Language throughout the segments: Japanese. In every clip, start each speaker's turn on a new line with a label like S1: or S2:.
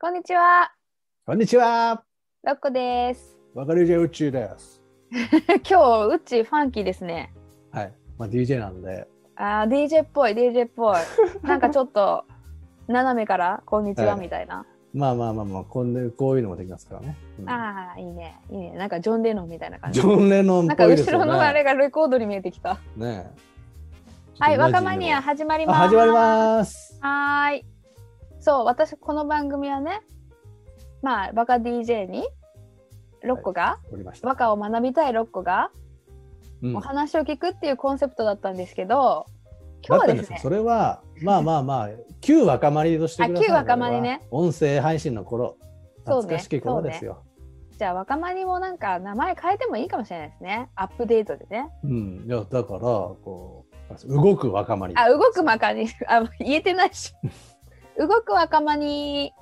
S1: こんにちは、
S2: こんにちは。
S1: ロッコです。
S2: わかる DJ 宇宙です。
S1: 今日うちファンキーですね。
S2: はい。まあ DJ なんで、
S1: あー DJ っぽい DJ っ ぽい。なんかちょっと斜めからこんにちは
S2: はい
S1: みたいな。
S2: まあまあまあまあ、こんでこういうのもできますからね。うん
S1: ああいいねいいね。なんかジョンレノンみたいな感
S2: ジ
S1: じ。
S2: ョン・レノン
S1: なん
S2: っ
S1: か
S2: ぽいです
S1: 後ろ
S2: よね。
S1: のあれがレコードに見えてきた。
S2: ねえ
S1: はい、若マニア。
S2: ちょっ
S1: 始まり
S2: とラジ
S1: ます。
S2: オあ始まります。
S1: はーい。そう、私この番組はね、まあバカ DJ にロッコが、
S2: おりました。
S1: バカを学びたいロッコが
S2: うん
S1: お話を聞くっていうコンセプトだったんですけど、今
S2: だ
S1: 日は
S2: った
S1: で
S2: んです
S1: す
S2: か
S1: ね。
S2: それは、まあまあまあ、旧若まりとしてください。
S1: あ旧若まりね
S2: これは音声配信の頃、
S1: そうね
S2: 懐かしき頃ですよ。
S1: じゃあ若者にもなんか名前変えてもいいかもしれないですね。アップデートでね。
S2: うん。いや、だから、こう、動く若まり。
S1: あ、動くまかに、 あ、言えてない し。動く若者に、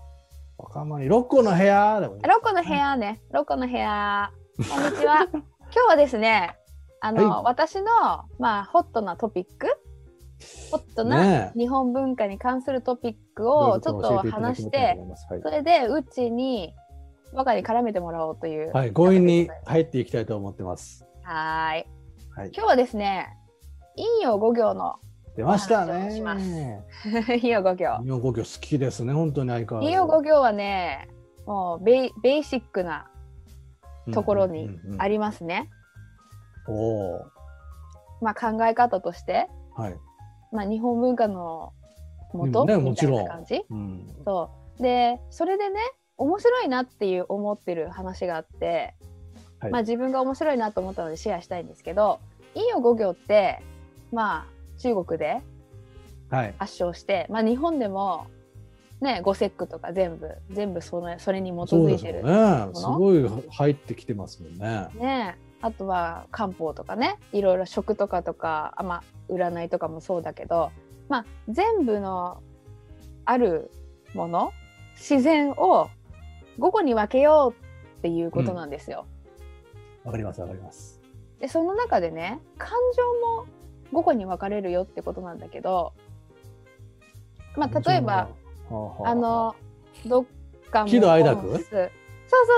S2: 若まり、六個の部屋でもいい
S1: ロコの部屋ね。ロコの部屋。こんにち は。今日はですね、あの、
S2: はい
S1: 私の、まあ、ホットなトピック、ホットな
S2: ねえ
S1: 日本文化に関するトピック
S2: ど
S1: を
S2: う
S1: ちょ
S2: ぞ
S1: っと
S2: 教えいただ
S1: 話し
S2: ければと
S1: て、
S2: 思いますはい
S1: それでうちに若に絡めてもらおうという。
S2: はい、強引に入っていきたいと思ってます。
S1: はーい。
S2: はい、
S1: 今日はですね、陰陽五行の
S2: 出ました
S1: お話をします
S2: ね。
S1: 陰陽五行。
S2: 日本語業好きですね、本当に相変わら
S1: 陰
S2: ず。
S1: 陽五行はね、もうベイベーシックなところに
S2: うんうんうん
S1: ありますね。
S2: おー
S1: まあ考え方として、
S2: はい、
S1: まあ日本文化の元、
S2: ね
S1: み
S2: も
S1: た
S2: ち
S1: い
S2: ろん
S1: な感じ。
S2: うん、
S1: そう。で、それでね、面白いなっていう思ってる話があって、
S2: はい
S1: まあ自分が面白いなと思ったのでシェアしたいんですけど、陰陽五行って、まあ中国で
S2: はい、
S1: 発祥して、まあ日本でもね、五節句とか全部、全部そのそれに基
S2: そう
S1: づ
S2: で
S1: い
S2: す
S1: てる。
S2: よね。すごい入ってきてますもんね。
S1: ねえあとは漢方とかねいろいろ食とかとかあ、まあ、占いとかもそうだけど、まあ、全部のあるもの自然を午後に分けようっていうことなんですよ。
S2: わかります、わかります。
S1: でその中でね感情も午後に分かれるよってことなんだけど、まあ、例えば
S2: ははは
S1: あのどっかも
S2: 喜怒哀楽
S1: そう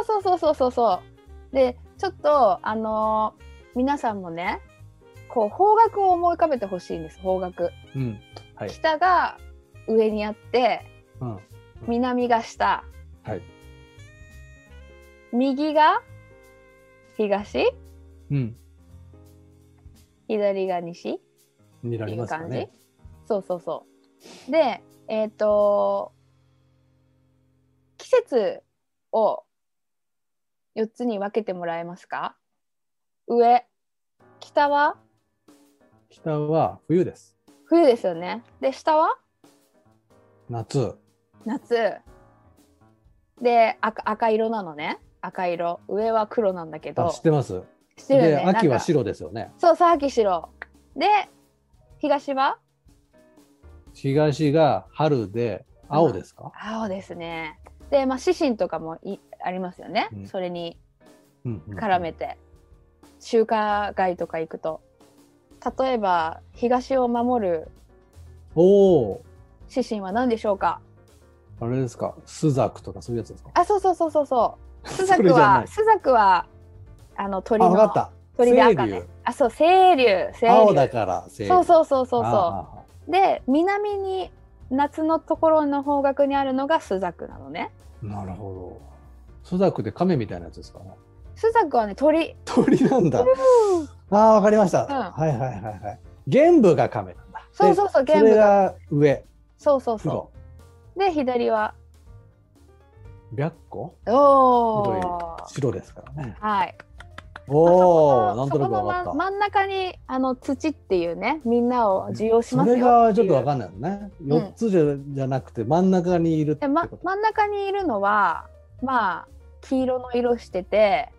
S1: そうそうそうそうそうでちょっとあの皆さんもねこう方角を思い浮かべてほしいんです方角、
S2: うん、はい
S1: 北が上にあって
S2: うん、
S1: 南が下、
S2: はい
S1: 右が東
S2: うん、
S1: 左が西
S2: に
S1: って
S2: なり
S1: い
S2: ま
S1: う
S2: すか
S1: 感じ、
S2: ね。
S1: そうそうそうでえっ、と季節を4つに分けてもらえますか上北は
S2: 北は冬です。
S1: 冬ですよねで下は
S2: 夏、
S1: 夏で赤赤色なのね赤色上は黒なんだけ
S2: あ、
S1: ど
S2: 知ってます。
S1: 知ってるよ
S2: で、
S1: ねなん
S2: 秋は
S1: か
S2: 白ですよね。
S1: そうそう秋白で東は
S2: 東が春で青ですか。
S1: 青ですねでまあ指針とかもいありますよね、
S2: うん
S1: それに
S2: うんうんうん
S1: 絡めて中華街とか行くと例えば東を守る
S2: おお、
S1: 指針は何でしょうか
S2: あれですか、スザクとかそういうやつですか。
S1: あそうそうそうそうそう朱
S2: それ
S1: 雀
S2: じゃな
S1: はい朱雀はあの鳥
S2: あ、わか
S1: の
S2: った。
S1: 鳥で赤
S2: 青
S1: ね
S2: 龍
S1: あそう清流清
S2: 青だ
S1: 流
S2: から青龍。
S1: そうそうそうそうそ
S2: ああ
S1: うで南に夏のところの方角にあるのが朱雀なのね
S2: あなるほど。スザクで亀みたいなやつですかね。
S1: 朱雀はね鳥
S2: 鳥なんだ。ああ、わかりました。はいはいはいはい。玄武が亀なんだ。
S1: そうそうそう
S2: で
S1: 玄
S2: それ
S1: 武が
S2: が上、
S1: そうそうそ
S2: 黒、
S1: うで左は
S2: 白虎、
S1: お
S2: 緑
S1: お
S2: 白ですからね。
S1: はい
S2: おお、
S1: そ
S2: なん
S1: ことの
S2: なくわかっ
S1: そこの
S2: た。
S1: 真ん中にあの土っていうねみんなを受容しますよ
S2: それがちょっとわ
S1: っていう
S2: かんないのね。四つじゃじゃなくて真ん中にいるって
S1: で、
S2: こ
S1: ま、
S2: と。
S1: 真ん中にいるのはまあ黄色の色してて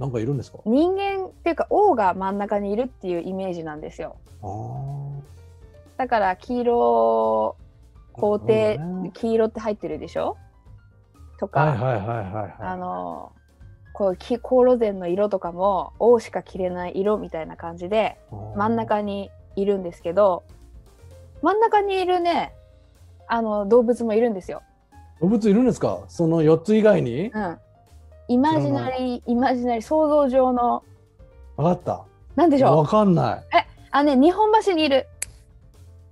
S2: なんかいるんですか。
S1: 人間っていうか王が真ん中にいるっていうイメージなんですよ
S2: ああ。
S1: だから黄色皇帝、
S2: なるほどね
S1: 黄色って入ってるでしょとか、
S2: はいはいはいはいはい。
S1: あのこうき黄梠禅の色とかも王しか着れない色みたいな感じで真ん中にいるんですけど真ん中にいるねあの動物もいるんですよ
S2: 動物いるんですかその4つ以外に
S1: うん、イマジナリーイマジナリー想像上の
S2: 分かっ
S1: なんでしたょ
S2: わ
S1: う
S2: かんない
S1: あのね日本橋にいる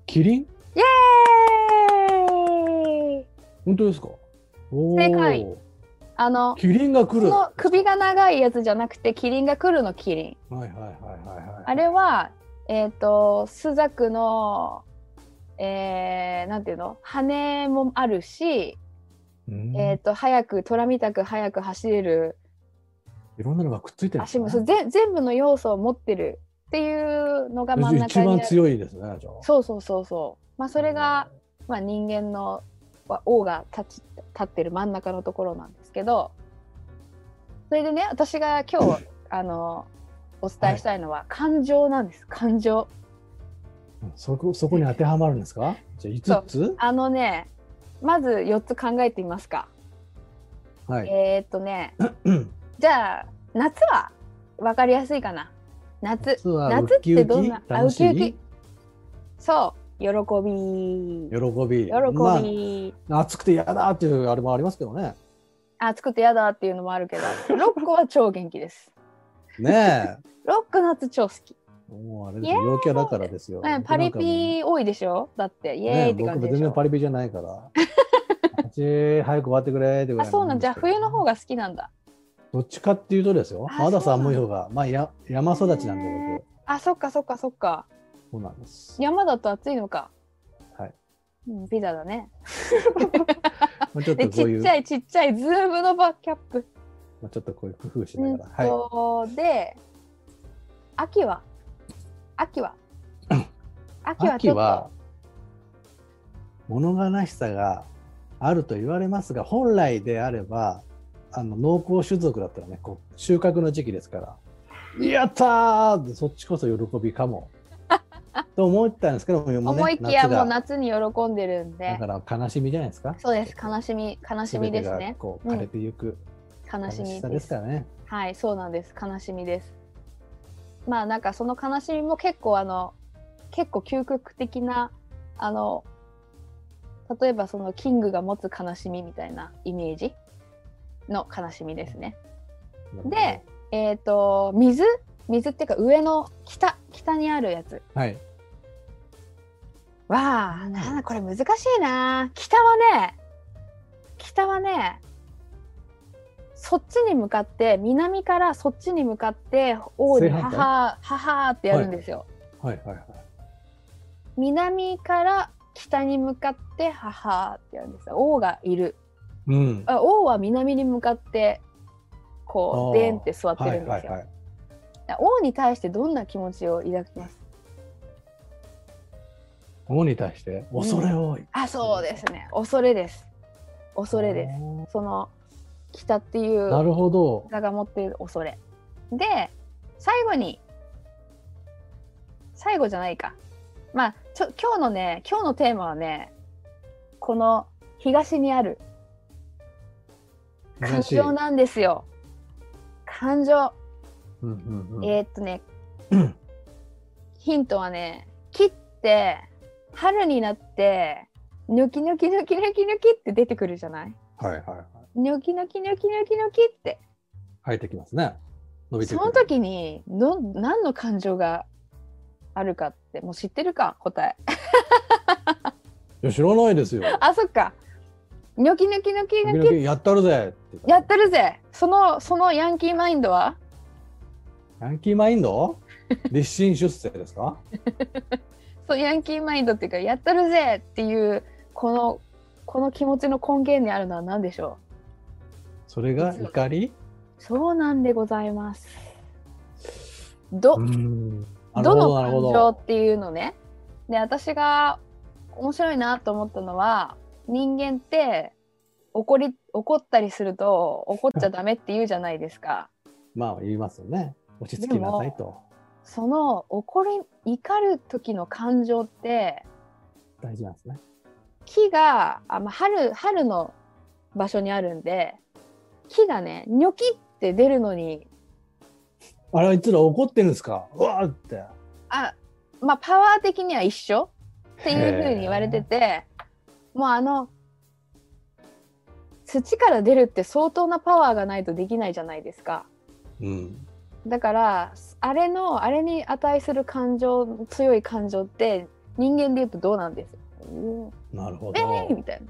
S2: キリン
S1: イエーイ
S2: 本当ですかおー
S1: 正解あの
S2: キリンが来
S1: そ
S2: るは
S1: の首が長いやつじゃなくてキリンが来るのキリン
S2: いはいはいはいは
S1: あれはえっ、とスザクのえー、なんていうの羽もあるし、
S2: いうん
S1: えっ、と早く虎みたく早く走れる
S2: いろんなのがくっついてるんです
S1: 足
S2: ね
S1: もそうぜ全部の要素を持ってるっていうのが真ん
S2: 一
S1: 中に
S2: 番
S1: ある
S2: 強いですねじゃあ
S1: そうそうそうそう。まあそれが、まあ、人間のまあ王が立ち立ってる真ん中のところなんですけどそれでね私が今 日あのお伝えしたいのは、感情なんです感情。
S2: うんそこそこに当てはまるんですかじゃあ5つ
S1: あのねまず4つ考えてみますか。
S2: はい、
S1: えー、っとね
S2: うん
S1: じゃあ夏は分かりやすいかな。夏
S2: 実は
S1: 夏ってどん
S2: ウ
S1: な
S2: キウ
S1: あ
S2: キ楽
S1: ウ
S2: し
S1: キウ
S2: い
S1: キそう喜び
S2: 喜び
S1: 喜
S2: ま
S1: び。
S2: あ、暑くて嫌だっていうあれもありますけどね
S1: あ作ってやだっていうのもあるけどロックは超元気 です
S2: ね
S1: ロック夏超好き、
S2: え もうあれですよ陽キャだからですよ、
S1: ね、パリピー多いでしょだってイエーイ
S2: ね、
S1: って
S2: 僕
S1: 感
S2: も
S1: じで
S2: 全
S1: しょ、
S2: 然パリピじゃないから。 あっち早く終わってくれってぐら
S1: あ
S2: い
S1: そうなんじゃあ冬の方
S2: が。
S1: が好きなんだ
S2: どっちかっていうとですよ。
S1: あ
S2: まだ
S1: そうなんだ
S2: 寒い方が、まあや山育ちなんで僕、
S1: あそっかそっかそっか
S2: そうなんです。
S1: 山だと暑いのか
S2: はい、
S1: うん、ピザだね
S2: まあ、ちょっ
S1: で
S2: と
S1: ち
S2: こうい
S1: っ
S2: う、
S1: ちゃいちっちゃいズームのバックキャップ、
S2: まあ、ちょっとこういう工夫し
S1: うん
S2: ながら。はい。
S1: とで秋は秋 は秋はち
S2: 秋
S1: ょっと
S2: は物悲しさがあると言われますが、本来であれば、あの農耕種族だったらね、こう収穫の時期ですから、やったーってそっちこそ喜びか も。と思ったんですけども、もうね
S1: 思いきや
S2: 夏が
S1: もう夏に喜んでるんで
S2: だから悲しみじゃないですか。
S1: そうです悲しみ悲しみ
S2: 全て
S1: です
S2: が
S1: ね
S2: こう
S1: うん
S2: 枯れていく
S1: 悲
S2: 悲
S1: しみ
S2: し
S1: で
S2: さ
S1: す
S2: ですからね。
S1: はいそうなんです悲しみですまあなんかその悲しみも結構あの結構究極的なあの例えばそのキングが持つ悲しみみたいなイメージの悲しみですねでえっ、と水水っていうか上の北北にあるやつ
S2: はい。
S1: わあ、
S2: うん
S1: なんだこれ難しいな北はね北はねそっちに向かって南からそっちに向かって王に
S2: 正反対
S1: 母母ってやるんですよ、
S2: はいはいはい。
S1: 南から北に向かって母ってやるんですよ王がいる
S2: うん。
S1: あ王は南に向かってこう
S2: あー
S1: でんって座って
S2: は
S1: る
S2: い
S1: んですよ、
S2: はいはい。
S1: 王に対してどんな気持ちを抱きます
S2: 王に対して恐れ多い。
S1: あそうですね恐れです恐れです
S2: す。
S1: その北っていう
S2: なるほど。
S1: 座が持っている恐れで最後に最後じゃないかまあちょ今日のね今日のテーマはねこの東にある感
S2: 悲しい。
S1: 情なんですよ感情、
S2: うんうんうん
S1: えーっとね
S2: うん
S1: ヒントはね切って春になってぬきぬきぬきぬきぬきって出てくるじゃない
S2: はいはいはい。
S1: ぬきぬきぬきぬきぬきって
S2: 入ってきますね。伸びて
S1: そ
S2: くる
S1: の時にの何の感情があるかってもう知ってるか答え
S2: いや知らないですよ。
S1: あそっかニョキニョキニョキニ
S2: 時
S1: ョキ
S2: 々やったるぜって
S1: やってるぜそのそのヤンキーマインドは
S2: ヤンキーマインド立身出世ですか
S1: そうヤンキーマインドっていうかやってるぜっていうこのこの気持ちの根源にあるのは何でしょ
S2: それが怒り
S1: うそうなんでございますど、
S2: ん。な
S1: どの
S2: るほどなる
S1: 感情
S2: ほど。
S1: っていうのねで私が面白いなと思ったのは人間って怒り怒ったりすると怒っちゃダメって言うじゃないですか
S2: まあ言いますよね。落ち着きなさいと。
S1: その怒り怒る時の感情って
S2: 大事なんですね。
S1: 木があ、まあ、春春の場所にあるんで木がねニョキって出るのに
S2: あれ、あいつら怒ってるんですかうわーって。
S1: あまあパワー的には一緒っていうふうに言われててもうあの土から出るって相当なパワーがないとできないじゃないですか。
S2: うん。
S1: だからあれのあれに値する感情強い感情って人間で言うとどうなんですうん
S2: なるほ
S1: え
S2: ど
S1: ー、。みたいな。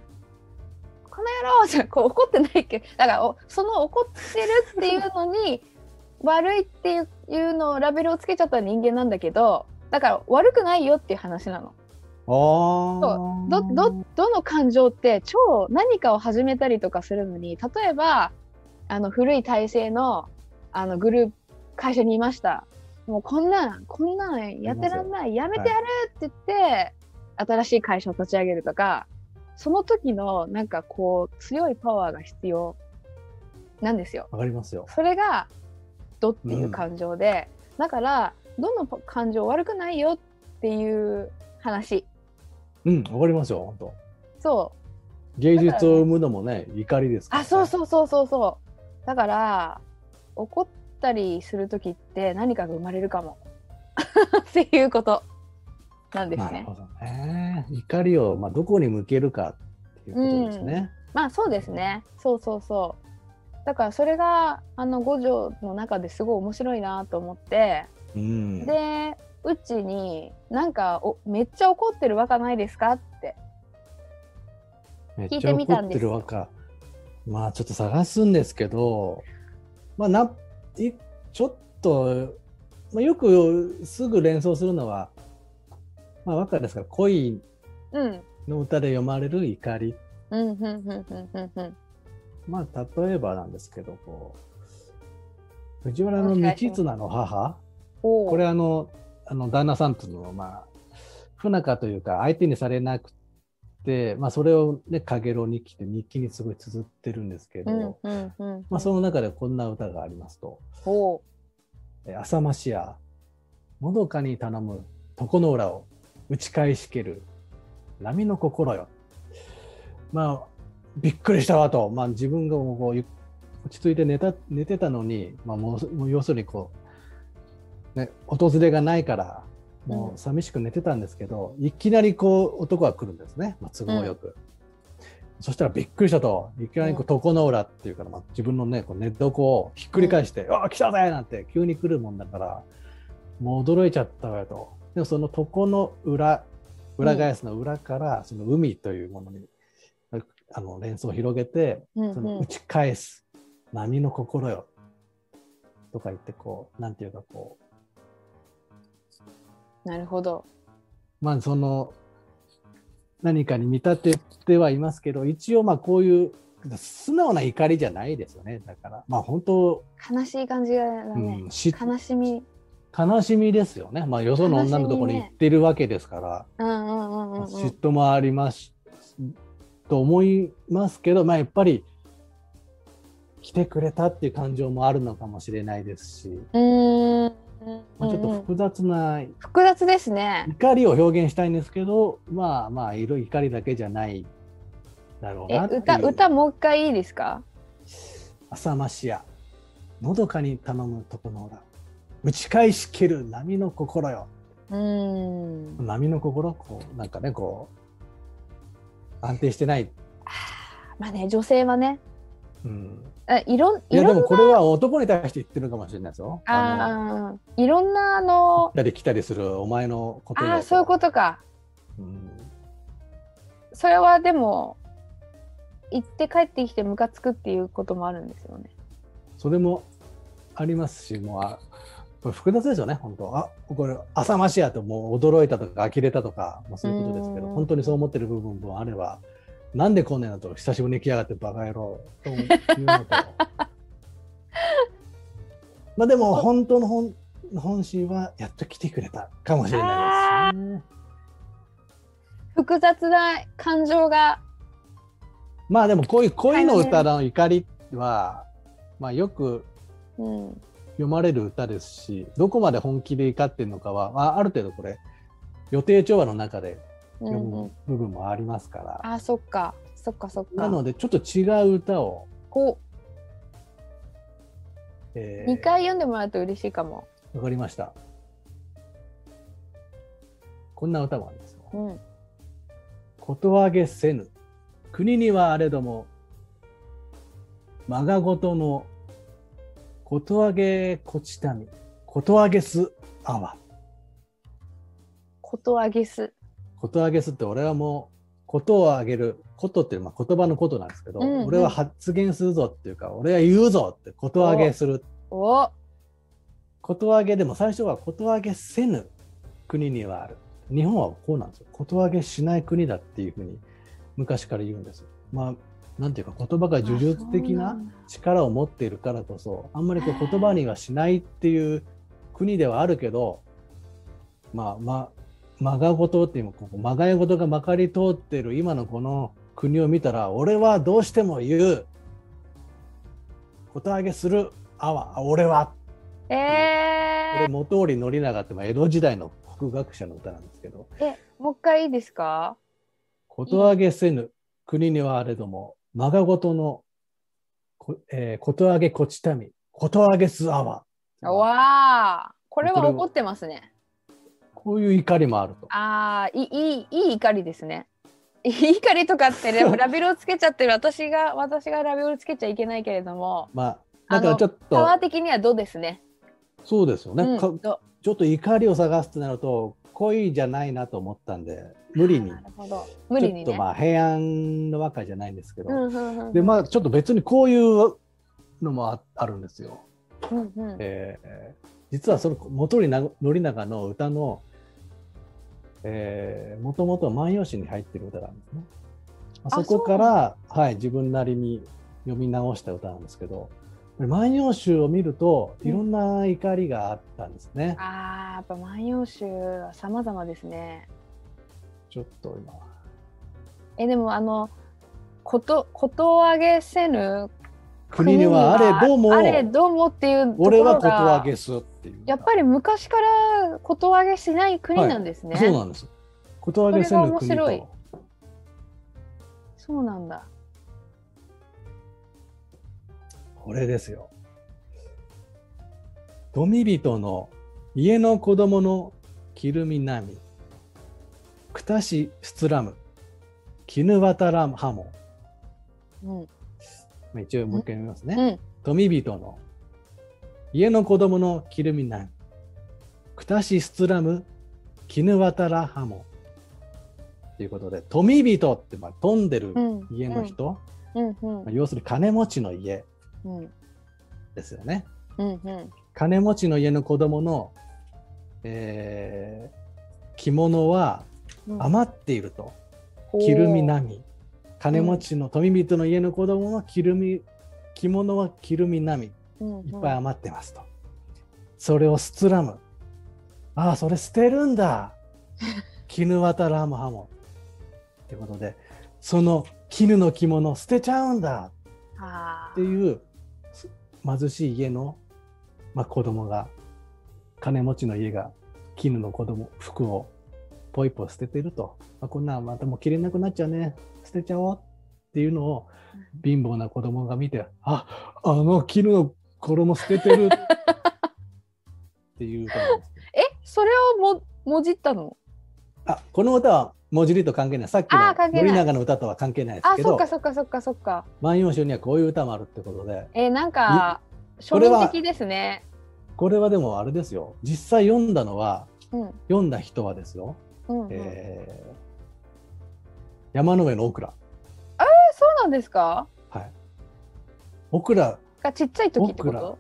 S1: この野郎じゃこう怒ってないけどだからおその怒ってるっていうのに 悪いっていういうのをラベルをつけちゃった人間なんだけどだから悪くないよっていう話なの。
S2: ああ。
S1: どどどの感情って超何かを始めたりとかするのに例えばあの古い体制のあのグループ会社にいましたもうこんなんこんなんやってらんないやめてやるって言って、新しい会社を立ち上げるとかその時のなんかこう強いパワーが必要なんですよ。
S2: わかりますよ。
S1: それが「ど」っていう感情で、だからどの感情悪くないよっていう話
S2: うん、わかりますよ、本当。
S1: そう
S2: 芸術を生むのもね、怒りですから、
S1: あそうそうそうそうそうだから怒ったりする時って何かが生まれるかも っていうことなんです
S2: なる
S1: ね
S2: ほどね。怒りを、まあ、どこに向けるかっていうことですね。
S1: まあそうですねそうそうそうだからそれがあの五条の中ですごい面白いなと思って
S2: うん。
S1: でうちになんかおめっちゃ怒ってるわかないですかって
S2: めっ
S1: 聞い
S2: ち
S1: て
S2: ゃ
S1: み
S2: 怒
S1: たん
S2: っ
S1: で
S2: て
S1: すよ
S2: るわか。まあちょっと探すんですけど、まあないちょっと、まあ、よくすぐ連想するのは、まあ和歌ですから恋
S1: うん
S2: の歌で読まれる怒り。
S1: うんうんうんうんうんうん
S2: まあ例えばなんですけど、こう藤原の道綱の母、
S1: お
S2: こ
S1: れ
S2: れあの、あの旦那さんとの、まあ、不仲というか、相手にされなくて、まあ、それをね、かげろう日記って日記にすごい綴ってるんですけど、
S1: うんうんうんうん
S2: まあ、その中でこんな歌がありますと、
S1: お
S2: えー浅ましや、のどかに頼む床の裏を打ち返しける波の心よ。まあ、びっくりしたわと、まあ、自分がもうこうゆ落ち着いて寝た寝てたのに、まあ、もうもう要するにこう、ね、訪れがないから、もう寂しく寝てたんですけど、いきなりこう男が来るんですね、まあ、都合よく。そしたらびっくりしたと、いきなりこう床の裏っていうから、まあ、自分の、ね、こう寝床をひっくり返して、ああ、来たぜなんて急に来るもんだから、もう驚いちゃったわよと。でもその床の裏、裏返すの裏から、その海というものに、あの連想を広げて、
S1: うん
S2: その
S1: う
S2: 打
S1: ん
S2: ち返す波の心よとか言ってこうなんていうかこ
S1: なるほど
S2: うまあその何かに見立ててはいますけど一応まあこういう素直な怒りじゃないですよねだからまあ本当、
S1: 悲しい感じがだ
S2: う
S1: ね、
S2: ん、し
S1: 悲しみ
S2: 悲しみですよねまあよその女のところに行ってるわけですから、
S1: うんうんうんうんうん
S2: 嫉妬もありますと思いますけどまあやっぱり来てくれたっていう感情もあるのかもしれないですし、
S1: うーん
S2: まあ、ちょっと複雑な
S1: 複雑ですね
S2: 怒りを表現したいんですけどまあまあ色々怒りだけじゃないだろう
S1: え
S2: なっていう
S1: 歌歌もう一回いいですか
S2: 浅ましやのどかに頼むとこの裏打ち返し蹴る波の心よ
S1: うーん
S2: 波の心こうなんかねこう安定してない、
S1: まあね女性はね
S2: うん、
S1: あいろん
S2: い
S1: い
S2: やで
S1: ろ
S2: も
S1: ん
S2: これは男に対して言ってるかもしれないですよの
S1: あーいろんなあ
S2: 行っ
S1: の
S2: たり来たりするお前のこと、
S1: ああそういうこととか
S2: うん
S1: それはでも行って帰ってきてムカつくっていうこともあるんですよね
S2: それもありますし、もうあこれ複雑ですよね、本当。あこれ、浅ましやともう驚いたとか、呆れたとか、まあ、そういうことですけど、
S1: うん
S2: 本当にそう思ってる部分もあれば、なんでこんなんだと、久しぶりに来やがって、バカ野郎というのと。 まあでも、本当の本本心は、やっと来てくれたかもしれないです、ね。
S1: 複雑な感情が
S2: まあでも、こういう恋の歌の怒りは、まあよく
S1: うん
S2: 読まれる歌ですしどこまで本気で怒ってるのかは、まあ、ある程度これ予定調和の中で
S1: う
S2: 読
S1: んう
S2: む
S1: ん
S2: 部分もありますから、
S1: あーそっかそっかそっか
S2: なのでちょっと違う歌を、
S1: こ
S2: え
S1: う2回読んでもらうと嬉しいかも
S2: 分かりましたこんな歌もあるんですよ
S1: うん
S2: 「ことあげせぬ国にはあれどもまがごとのことあげこちたみ、ことあげすあわ。
S1: ことあげす。
S2: ことあげすって俺はもう、ことをあげる、ことってまあ言葉のことなんですけど、
S1: うんうん
S2: 俺は発言するぞっていうか、俺は言うぞって、ことあげする。
S1: お
S2: ことあげでも最初はことあげせぬ国にはある。日本はこうなんですよ。ことあげしない国だっていうふうに昔から言うんですよ。まあ、なんていうか言葉が呪術的
S1: あそう
S2: なん
S1: だ
S2: 力を持っているからこそあんまりこう言葉にはしないっていう国ではあるけどまあまあまがごとっていうこうまがいごとがまかり通っている今のこの国を見たら俺はどうしても言うことあげするあわ俺はこ
S1: え
S2: れ元織宣長ってまあ江戸時代の国学者の歌なんですけど
S1: ー、え、もう一回いいですか
S2: ことあげせぬ国にはあれども、まがごとのこ、えーことあげこちたみ、ことあげすあわ。
S1: わあ、これ
S2: こ
S1: は
S2: れは
S1: 怒ってますね。
S2: こういう怒りもあると。
S1: ああ、いい、いい、いい怒りですね。 いい怒りとかって、ね、ラベルをつけちゃってる私が、私がラベルをつけちゃいけないけれども、
S2: まあ、だからちょっ
S1: パワー
S2: と、
S1: 的にはどうですね。
S2: そうですよね、
S1: うん
S2: か
S1: ど
S2: ちょっと怒りを探すとなると、恋じゃないなと思ったんで、無理に、
S1: なるほど。無理に
S2: ちょ
S1: ね
S2: っと。まあ平安の和歌じゃないんですけど、
S1: うんうんうん
S2: で、まあちょっと別にこういうのもああるんですよ。
S1: うんうん
S2: えー実はその元利な宣長の歌のもともとは「万葉集」に入ってる歌なんですね。まあ
S1: あ
S2: そこからはい、自分なりに読み直した歌なんですけど「万葉集」を見ると
S1: うん
S2: いろんな怒りがあったんですね。
S1: ああ、やっぱ万葉集は様々ですね。
S2: ちょっと今
S1: え、でも、あの。こと、ことをあげせぬ。
S2: 国にはあれども
S1: あれどもっていうところが。
S2: 俺はことあげすっていう。
S1: やっぱり昔からことあげしない国なんですね。
S2: そうなんです。ことあげせぬ国
S1: それが面白
S2: と
S1: い。そうなんだ。
S2: これですよ。富人の家の子供の着るみなみ、くたしすつらむ、絹渡らはも。
S1: うん。
S2: まあ一応もう一回読みますね。
S1: うん。
S2: 富人の家の子供の着るみなんくたしすつらむ絹渡らはもということで富人ってまあ飛んでる
S1: うん
S2: 家の人、
S1: うん。うん
S2: まあ。要するに金持ちの家
S1: うん。
S2: ですよね
S1: うん。うん。
S2: 金持ちの家の子供の、えー着物は
S1: うん。
S2: 余っていると、
S1: ほう
S2: 着るみなみ金持ちの富人の家の子供は着るみ着物は着るみなみ
S1: うん。うん
S2: いっぱい余ってますと。それをすつらむ。ああ、それ捨てるん だ。絹綿ラムハモ。ってことで、その絹の着物捨てちゃうんだ
S1: あ
S2: って
S1: ー
S2: いうす貧しい家の、まあ、子供が、金持ちの家が絹の子供、服をポイポイ捨ててると。まあ、こんなんまたもう着れなくなっちゃうね。捨てちゃおうっていうのを貧乏な子供が見て、あ、あの絹の衣捨ててるっていう歌なんですよ。
S1: え、それをも、もじったの。
S2: あ、この歌はもじりと関係ない。さっきの
S1: あー関係ない
S2: 森永の歌とは関係ないです
S1: あ、
S2: け
S1: そっ
S2: ど
S1: か、、そっか、そっか、そっか。
S2: 万葉集にはこういう歌もあるってことで、
S1: えー、なんか。庶
S2: これは
S1: 民的ですね。
S2: これはでもあれですよ。実際読んだのは、
S1: うん。
S2: 読んだ人はですよ、
S1: うん。うんえ、
S2: えー山の上のオクラ、
S1: そうなんですか。
S2: はい、オクラ
S1: がちっちゃい時ってこと。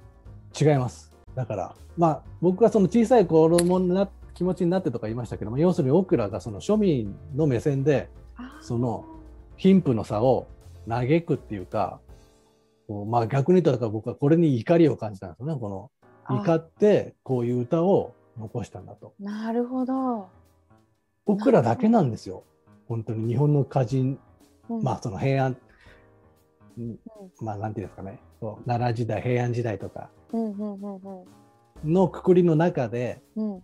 S2: 違いますだからまあ僕がその小さい頃のな気持ちになってとか言いましたけども要するにオクラがその庶民の目線で
S1: あー
S2: その。貧富の差を嘆くっていうかこうまあ逆に言ったら僕はこれに怒りを感じたんですよねこ
S1: あ
S2: の怒ってこういう歌を残したんだと
S1: なるほど。
S2: オクラだけなんですよ本当に日本の歌人
S1: うん
S2: まあ。その平安、うんまあなんていうんですかねこう奈良時代平安時代とか
S1: うん。うん。うん。
S2: のくくりの中で
S1: うん。うん。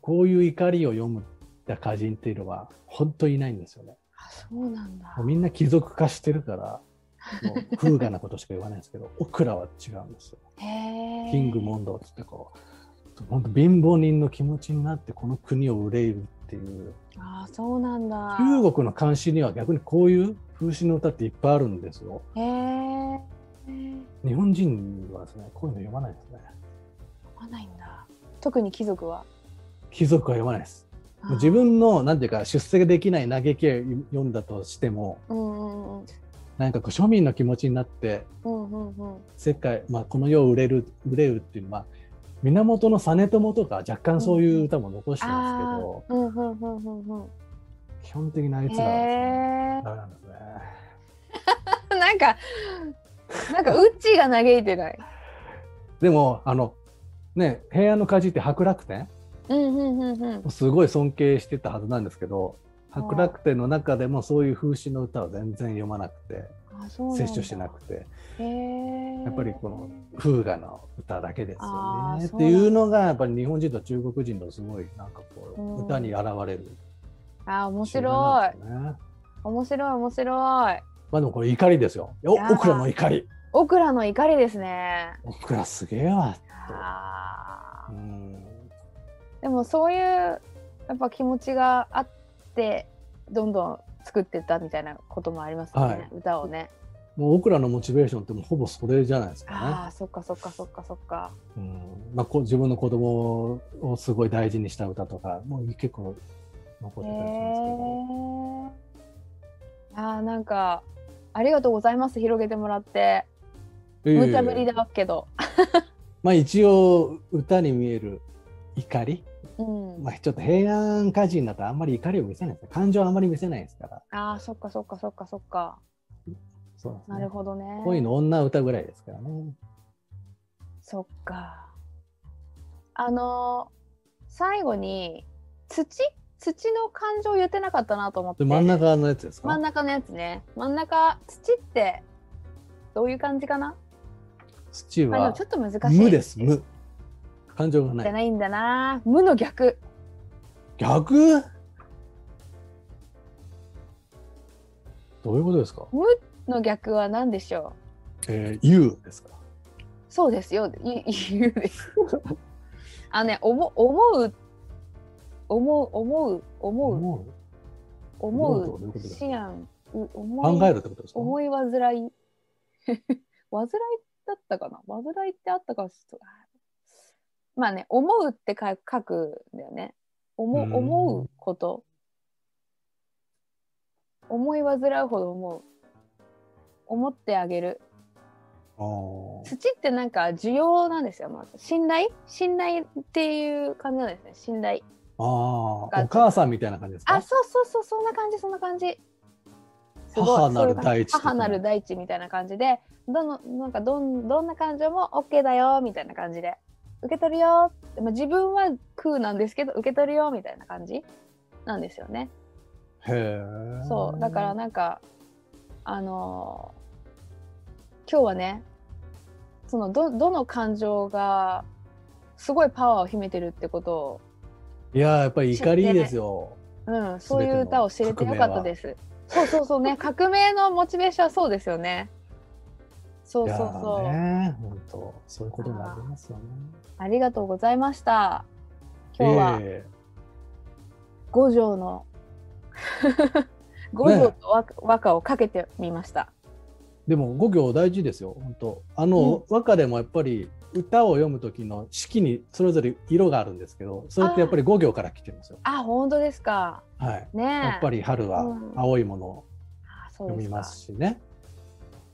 S2: こういう怒りを読む歌人っていうのは本当にいないんですよね。
S1: あ、そうなんだ
S2: もう。みんな貴族化してるからもう風雅なことしか言わないんですけど オクラは違うんですよ。
S1: へえ。
S2: キングモンドーっつってこう本当貧乏人の気持ちになってこの国を憂いるっていう
S1: ああ、そうなんだ。
S2: 中国の漢詩には逆にこういう風刺の歌っていっぱいあるんですよ。
S1: へえ。
S2: 日本人はですね、こういうの読まないですね。
S1: 読まないんだ。特に貴族は。
S2: 貴族は読まないです。
S1: あ
S2: も
S1: ー
S2: う自。分の、なんていうか、出世できない嘆きを読んだとしても、
S1: うんうんうん。
S2: なんかこう庶民の気持ちになって、
S1: うんうんうん。
S2: 世界、まあ、この世を売れる、売れるっていうのは、源実朝とか若干そういう歌も残してます
S1: あ
S2: け
S1: あ
S2: ど、。
S1: うんうんうんうん
S2: 基本的なあいうつ
S1: ん。
S2: らはですね、
S1: へえ
S2: ダ。メなんですね。
S1: なんか。なんかうっちーが嘆いてない。
S2: でも、あの、ね、平安の火事って白楽天
S1: うんうんうんうん。
S2: すごい尊敬してたはずなんですけど白楽天の中でもそういう風刺の歌は全然読まなくて
S1: あ、そうなんだ。
S2: 摂取してなくて
S1: へえ。
S2: やっぱりこの風雅の歌だけですよ
S1: あ
S2: ね
S1: ー
S2: っ
S1: そう
S2: て
S1: なんだ
S2: いうのがやっぱり日本人と中国人のすごいなんかこ
S1: う
S2: うん歌に現れる
S1: あー、面
S2: 集団
S1: 白
S2: ないん。ですよね。
S1: 面白い面白い。
S2: まあでもこれ怒りですよ。お
S1: いやー
S2: オクラの怒り。
S1: オクラの怒りですね。
S2: オクラすげえわ。
S1: あ
S2: うん
S1: ーでもそういうやっぱ気持ちがあってどんどん作ってったみたいなこともありますよね、
S2: はい
S1: 歌をね。
S2: もうオクラのモチベーションってもうほぼそれじゃないです
S1: あ
S2: か
S1: あそっかそっかそっかそっか。
S2: ね。うんまあこう自分の子供をすごい大事にした歌とかもう結構残っ
S1: へ
S2: てたりしますけど。
S1: え。あーなんかありがとうございます広げてもらって
S2: いやい
S1: 無
S2: や
S1: 茶
S2: いや
S1: ぶりだけど。
S2: まあ一応歌に見える怒り、
S1: うん、
S2: ま
S1: あ
S2: あ、ちょっと平安歌人だとあんまり怒りを見せないですね感情をあんまり見せないですから
S1: あーそっかそっかそっかそっか。
S2: そうですね
S1: なるほどね。
S2: 恋の女歌ぐらいですからね
S1: そっか。あのー最後に土土の感情言ってなかったなと思って
S2: で真ん中のやつですか
S1: 真ん中のやつね真ん中土ってどういう感じかな、
S2: 土
S1: まあ、でも
S2: は
S1: ちょっと難しい
S2: 無です無感情が
S1: じゃ
S2: ない
S1: ないんだな無の逆
S2: 逆どういうことですか
S1: 無の逆は何でしょ
S2: えー、言うですか
S1: うそうですよい言うですあのね思思う思う思う思う
S2: 思
S1: 思
S2: どういうことどういうこ
S1: う
S2: と
S1: 思案う
S2: う
S1: 思い
S2: 考えるってことですか
S1: 思い煩い 煩いだったかな煩いってあったかもしれないまあね思うって書く書くんだよね思
S2: うん
S1: う思うこと思い煩うほど思う思ってあげる
S2: あー
S1: 土ってなんか需要なんですよ、まず信頼信頼っていう感じなんですね信頼
S2: あーお母さんみたいな感じですか
S1: あそうそうそうそんな感じそんな感じすごい
S2: 母
S1: そ
S2: なる
S1: ういう感じ
S2: 大地的な
S1: 母なる大地みたいな感じでどのなんかどんどんな感情も OK だよみたいな感じで受け取るよ、まあ、自分は空なんですけど受け取るよみたいな感じなんですよね
S2: へえ
S1: そうだからなんかあのー今日はねそのどどの感情がすごいパワーを秘めてるってことを
S2: いやーやっぱり怒りですよ。
S1: うん、そういう歌を知れてよかったです。そうそうそう ね、革命のモチベーションはそうですよね。そうそうそ、
S2: いうやーね、本当そういうことになりますよね。
S1: ありがとうございました。今日は
S2: え
S1: 五条 の五条と和,、和歌をかけてみました。
S2: えでも五行大事ですよ。本当あの、和歌でもやっぱり歌を読む時の式にそれぞれ色があるんですけど、それってやっぱり五行から来てるんですよ。
S1: あ、本当ですか。
S2: はい。
S1: ねえ。
S2: やっぱり春は
S1: うん
S2: 青いものを
S1: あそうで
S2: 読み
S1: す
S2: ま
S1: か。
S2: すしね。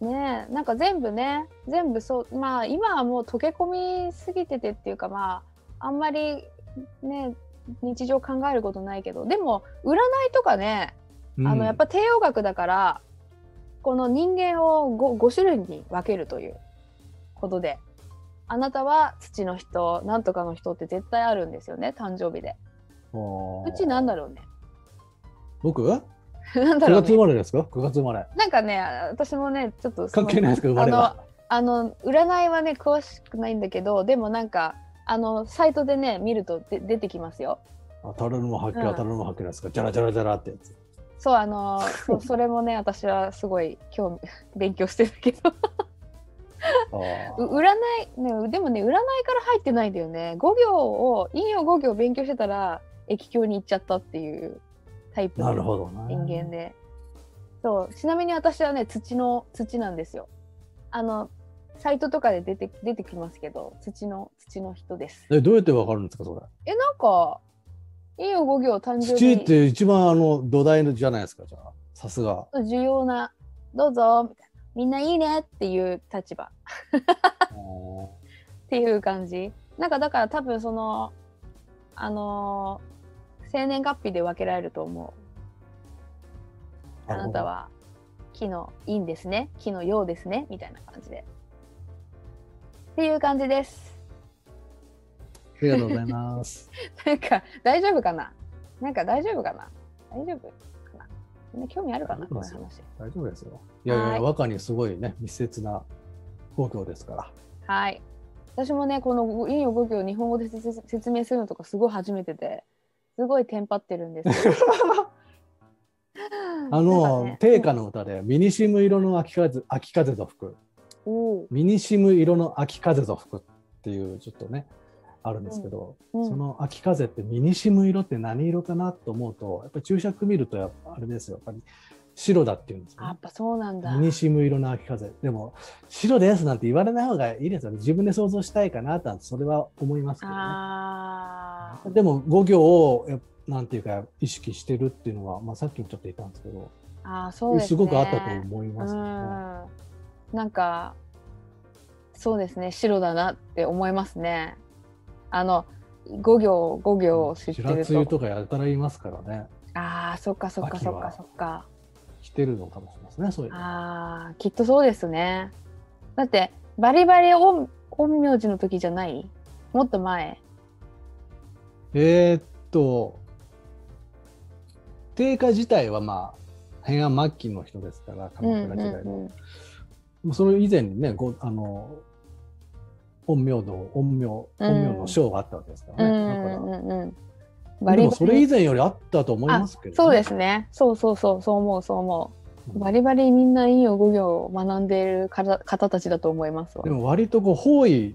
S1: ねえ、なんか全部ね、全部そう、まあ今はもう溶け込みすぎててっていうかまああんまりね。日常考えることないけどでも占いとかね
S2: うん
S1: あのやっぱ帝王学だからこの人間を 5, 5種類に分けるということであなたは土の人なんとかの人って絶対あるんですよね誕生日で
S2: おー
S1: うちなんだろうね
S2: 僕？九
S1: なんだろう
S2: 月生
S1: ね
S2: まれですか？九月生まれ。
S1: なんかね私もねちょっとそ
S2: 関
S1: の
S2: 係ないですか生まれは。
S1: あの占いはね詳しくないんだけどでもなんかあのサイトでね見るとで出てきますよ
S2: あたるのも発見、
S1: うん
S2: 当たるのも発見ですか？じゃらじゃらじゃらってやつ。
S1: そうあ のそうそれもね私はすごい興味勉強してるけど
S2: あー
S1: う占い、ね、でもね占いから入ってないんだよね5行を陰陽5行勉強してたら液境に行っちゃったっていうタイプ
S2: なる
S1: の
S2: ほどな。
S1: 人間でそうちなみに私はね土の土なんですよあのサイトとかで出て出てきますけど土の土の人です
S2: えどうやってわかるんですかそれ
S1: えなんかいい動きを誕生
S2: 土っ
S1: 日
S2: て一番あの土台のじゃないですかじゃあさすが
S1: 重要などうぞみたいなみんないいねっていう立場っていう感じなんかだから多分そのあのー生年月日で分けられると思うあなたは木の陰ですね木のようですねみたいな感じでっていう感じです
S2: ありがとうござ います
S1: なんか大丈夫かななんか大丈夫かな大丈夫かなみんな興味あるかなこ
S2: 大
S1: の
S2: 丈夫で
S1: 話
S2: 大丈夫ですよいやいやい
S1: は
S2: や
S1: い
S2: 和歌にすごいね密接な故郷ですから
S1: はい私もねこの陰陽五行を日本語で説説明するのとかすごい初めてですごいテンパってる んですけど
S2: あ
S1: なん
S2: の、
S1: かね
S2: 定歌の歌で「ミニシム色の秋風秋風と吹く」
S1: おー
S2: 「ミニシム色の秋風と吹く」っていうちょっとねあるんですけど、
S1: うん
S2: その秋風ってミニシム色って何色かなと思うとやっぱり注釈見るとやっぱあれですよやっぱり白だっていうんですよ、
S1: や
S2: ね
S1: っ。ぱそうなんだ
S2: ミニシム色の秋風でも白ですなんて言われない方がいいですよね自分で想像したいかなとはそれは思いますけどね
S1: あー
S2: でも五行をやっなんていうか意識してるっていうのは、まあ、さっきもちょっと言ったんですけど
S1: あーそうです、ね、
S2: ごくあったと思いますよね、
S1: うんなんかそうですね白だなって思いますねあの五行五行を知って
S2: 白
S1: る
S2: 露
S1: と
S2: とかやたら言いますからね
S1: ああそっかそっか
S2: 秋
S1: そ
S2: は
S1: っかそっか
S2: 来てるのかもしれないですねそういうの
S1: あーきっとそうですねだってバリバリ陰陰陽師の時じゃないもっと前
S2: えーっと定価自体はまあ平安末期の人ですから鎌倉時代の、
S1: うんうん
S2: もうそれ以前にねごあの陰陽道陰陽陰陽の章があったわけですか
S1: う
S2: らね、
S1: ん
S2: だ
S1: うんうんうん
S2: から
S1: バ
S2: で
S1: リ
S2: も
S1: バ
S2: それ
S1: リ
S2: 以前よりあったと思いますけど、
S1: そうですねそうそうそうそう思うそう思う
S2: うん
S1: バリバリみんな陰陽五行を学んでいるから方たちだと思いますわ。
S2: でも割とこう方位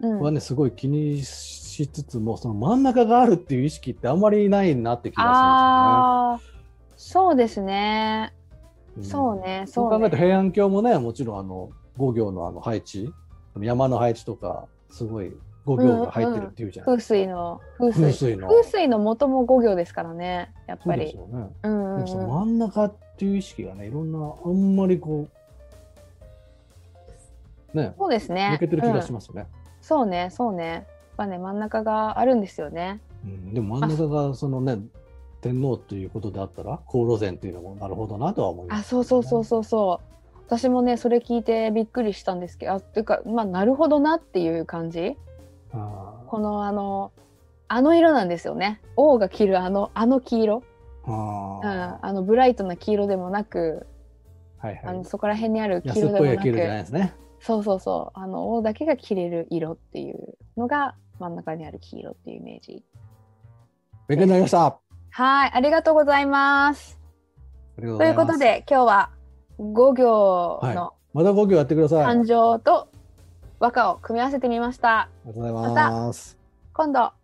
S1: うん
S2: はねすごい気にしつつもその真ん中があるっていう意識ってあんまりないなって気が
S1: ああ、そうですね。
S2: するんですよ
S1: そ
S2: ね。ん
S1: うね、
S2: そう
S1: そ
S2: 考
S1: う
S2: えると
S1: ね。
S2: 平安京もねもちろんあの五行のあの配置山の配置とかすごい五行が入ってるっていうじゃな
S1: 風
S2: いです
S1: 水の風
S2: か、風
S1: 水
S2: 水の。
S1: 風水の元も五行ですからね、やっ
S2: そ
S1: ぱ
S2: うです
S1: り。
S2: よね。
S1: うんう
S2: で
S1: ん
S2: もその
S1: うん。
S2: 真ん中っていう意識がねいろんなあんまりこうね
S1: そうですね。
S2: 抜けてる気がし
S1: うん
S2: ますよね、
S1: そうね、そうね。やっぱね、真ん中があるんですよね。
S2: うんでも真ん中がそのね天皇ということであったら高路禅っていうのもなるほどなとは思いま
S1: あ、
S2: す
S1: そうそうそうそうそう。私もね、それ聞いてびっくりしたんですけど、あ、ていうか、まあ、なるほどなっていう感じ。
S2: あー
S1: このあのあの色なんですよね王が着るあのあの黄色、
S2: あ
S1: うん、
S2: ー
S1: あのブライトな黄色でもなく、
S2: はい
S1: あ
S2: は
S1: の
S2: い
S1: そこら辺にある黄
S2: 安
S1: 色
S2: っ
S1: で
S2: ぽ
S1: も
S2: い
S1: な
S2: が切るじゃ
S1: く
S2: ないですね
S1: そうそうそうあの王だけが着れる色っていうのが真ん中にある黄色っていうイメージ
S2: 勉強になりましたあ
S1: はいありがとうございます
S2: りがとうご
S1: と
S2: ざ
S1: い
S2: いう
S1: こ
S2: ま
S1: と
S2: す
S1: で今日は五行の
S2: また五行やってくださいあり
S1: 感情と和歌を組み合わせてみました、
S2: がとうございます
S1: 今度